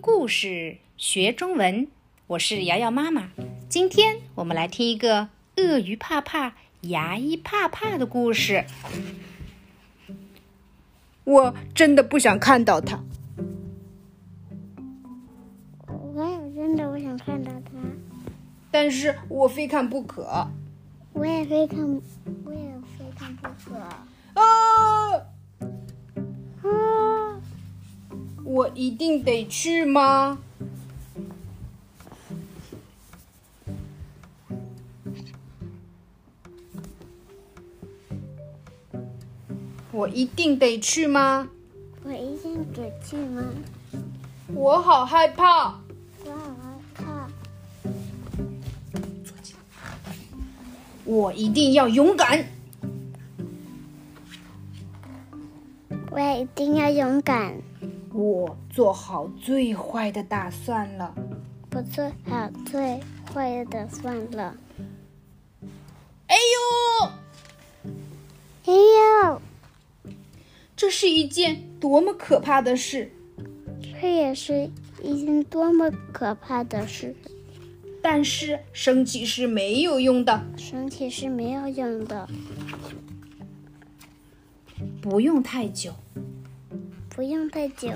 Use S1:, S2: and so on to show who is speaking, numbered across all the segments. S1: 故事学中文，我是瑶瑶妈妈。今天我们来听一个鳄鱼怕怕、牙医怕怕的故事。
S2: 我真的不想看到它。
S3: 我也真的我想看到它，
S2: 但是我非看不可。啊！
S3: 我也非看，我也非看不可。啊！
S2: 我一定得去吗？我一定得去吗？
S3: 我一定得去吗？
S2: 我好害怕。
S3: 我好害怕，
S2: 我一定要勇敢。
S3: 我也一定要勇敢。
S2: 我做好最坏的打算了。
S3: 我做好最坏的打算了。
S2: 哎呦，
S3: 哎呦，
S2: 这是一件多么可怕的事！
S3: 这也是一件多么可怕的事！
S2: 但是生气是没有用的，
S3: 生气是没有用的，
S1: 不用太久，
S3: 不用太久。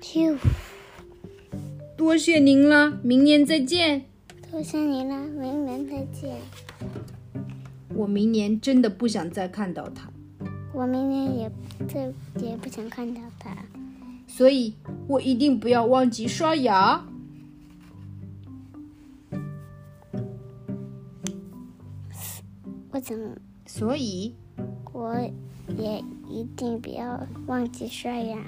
S3: 咻！
S2: 多谢您了，明年再见。
S3: 多谢您啦，明年再见。
S2: 我明年真的不想再看到它，
S3: 我明年也再也不想看到它。
S2: 所以我一定不要忘记刷牙。
S3: 我怎
S1: 所以
S3: 我也一定不要忘记刷牙。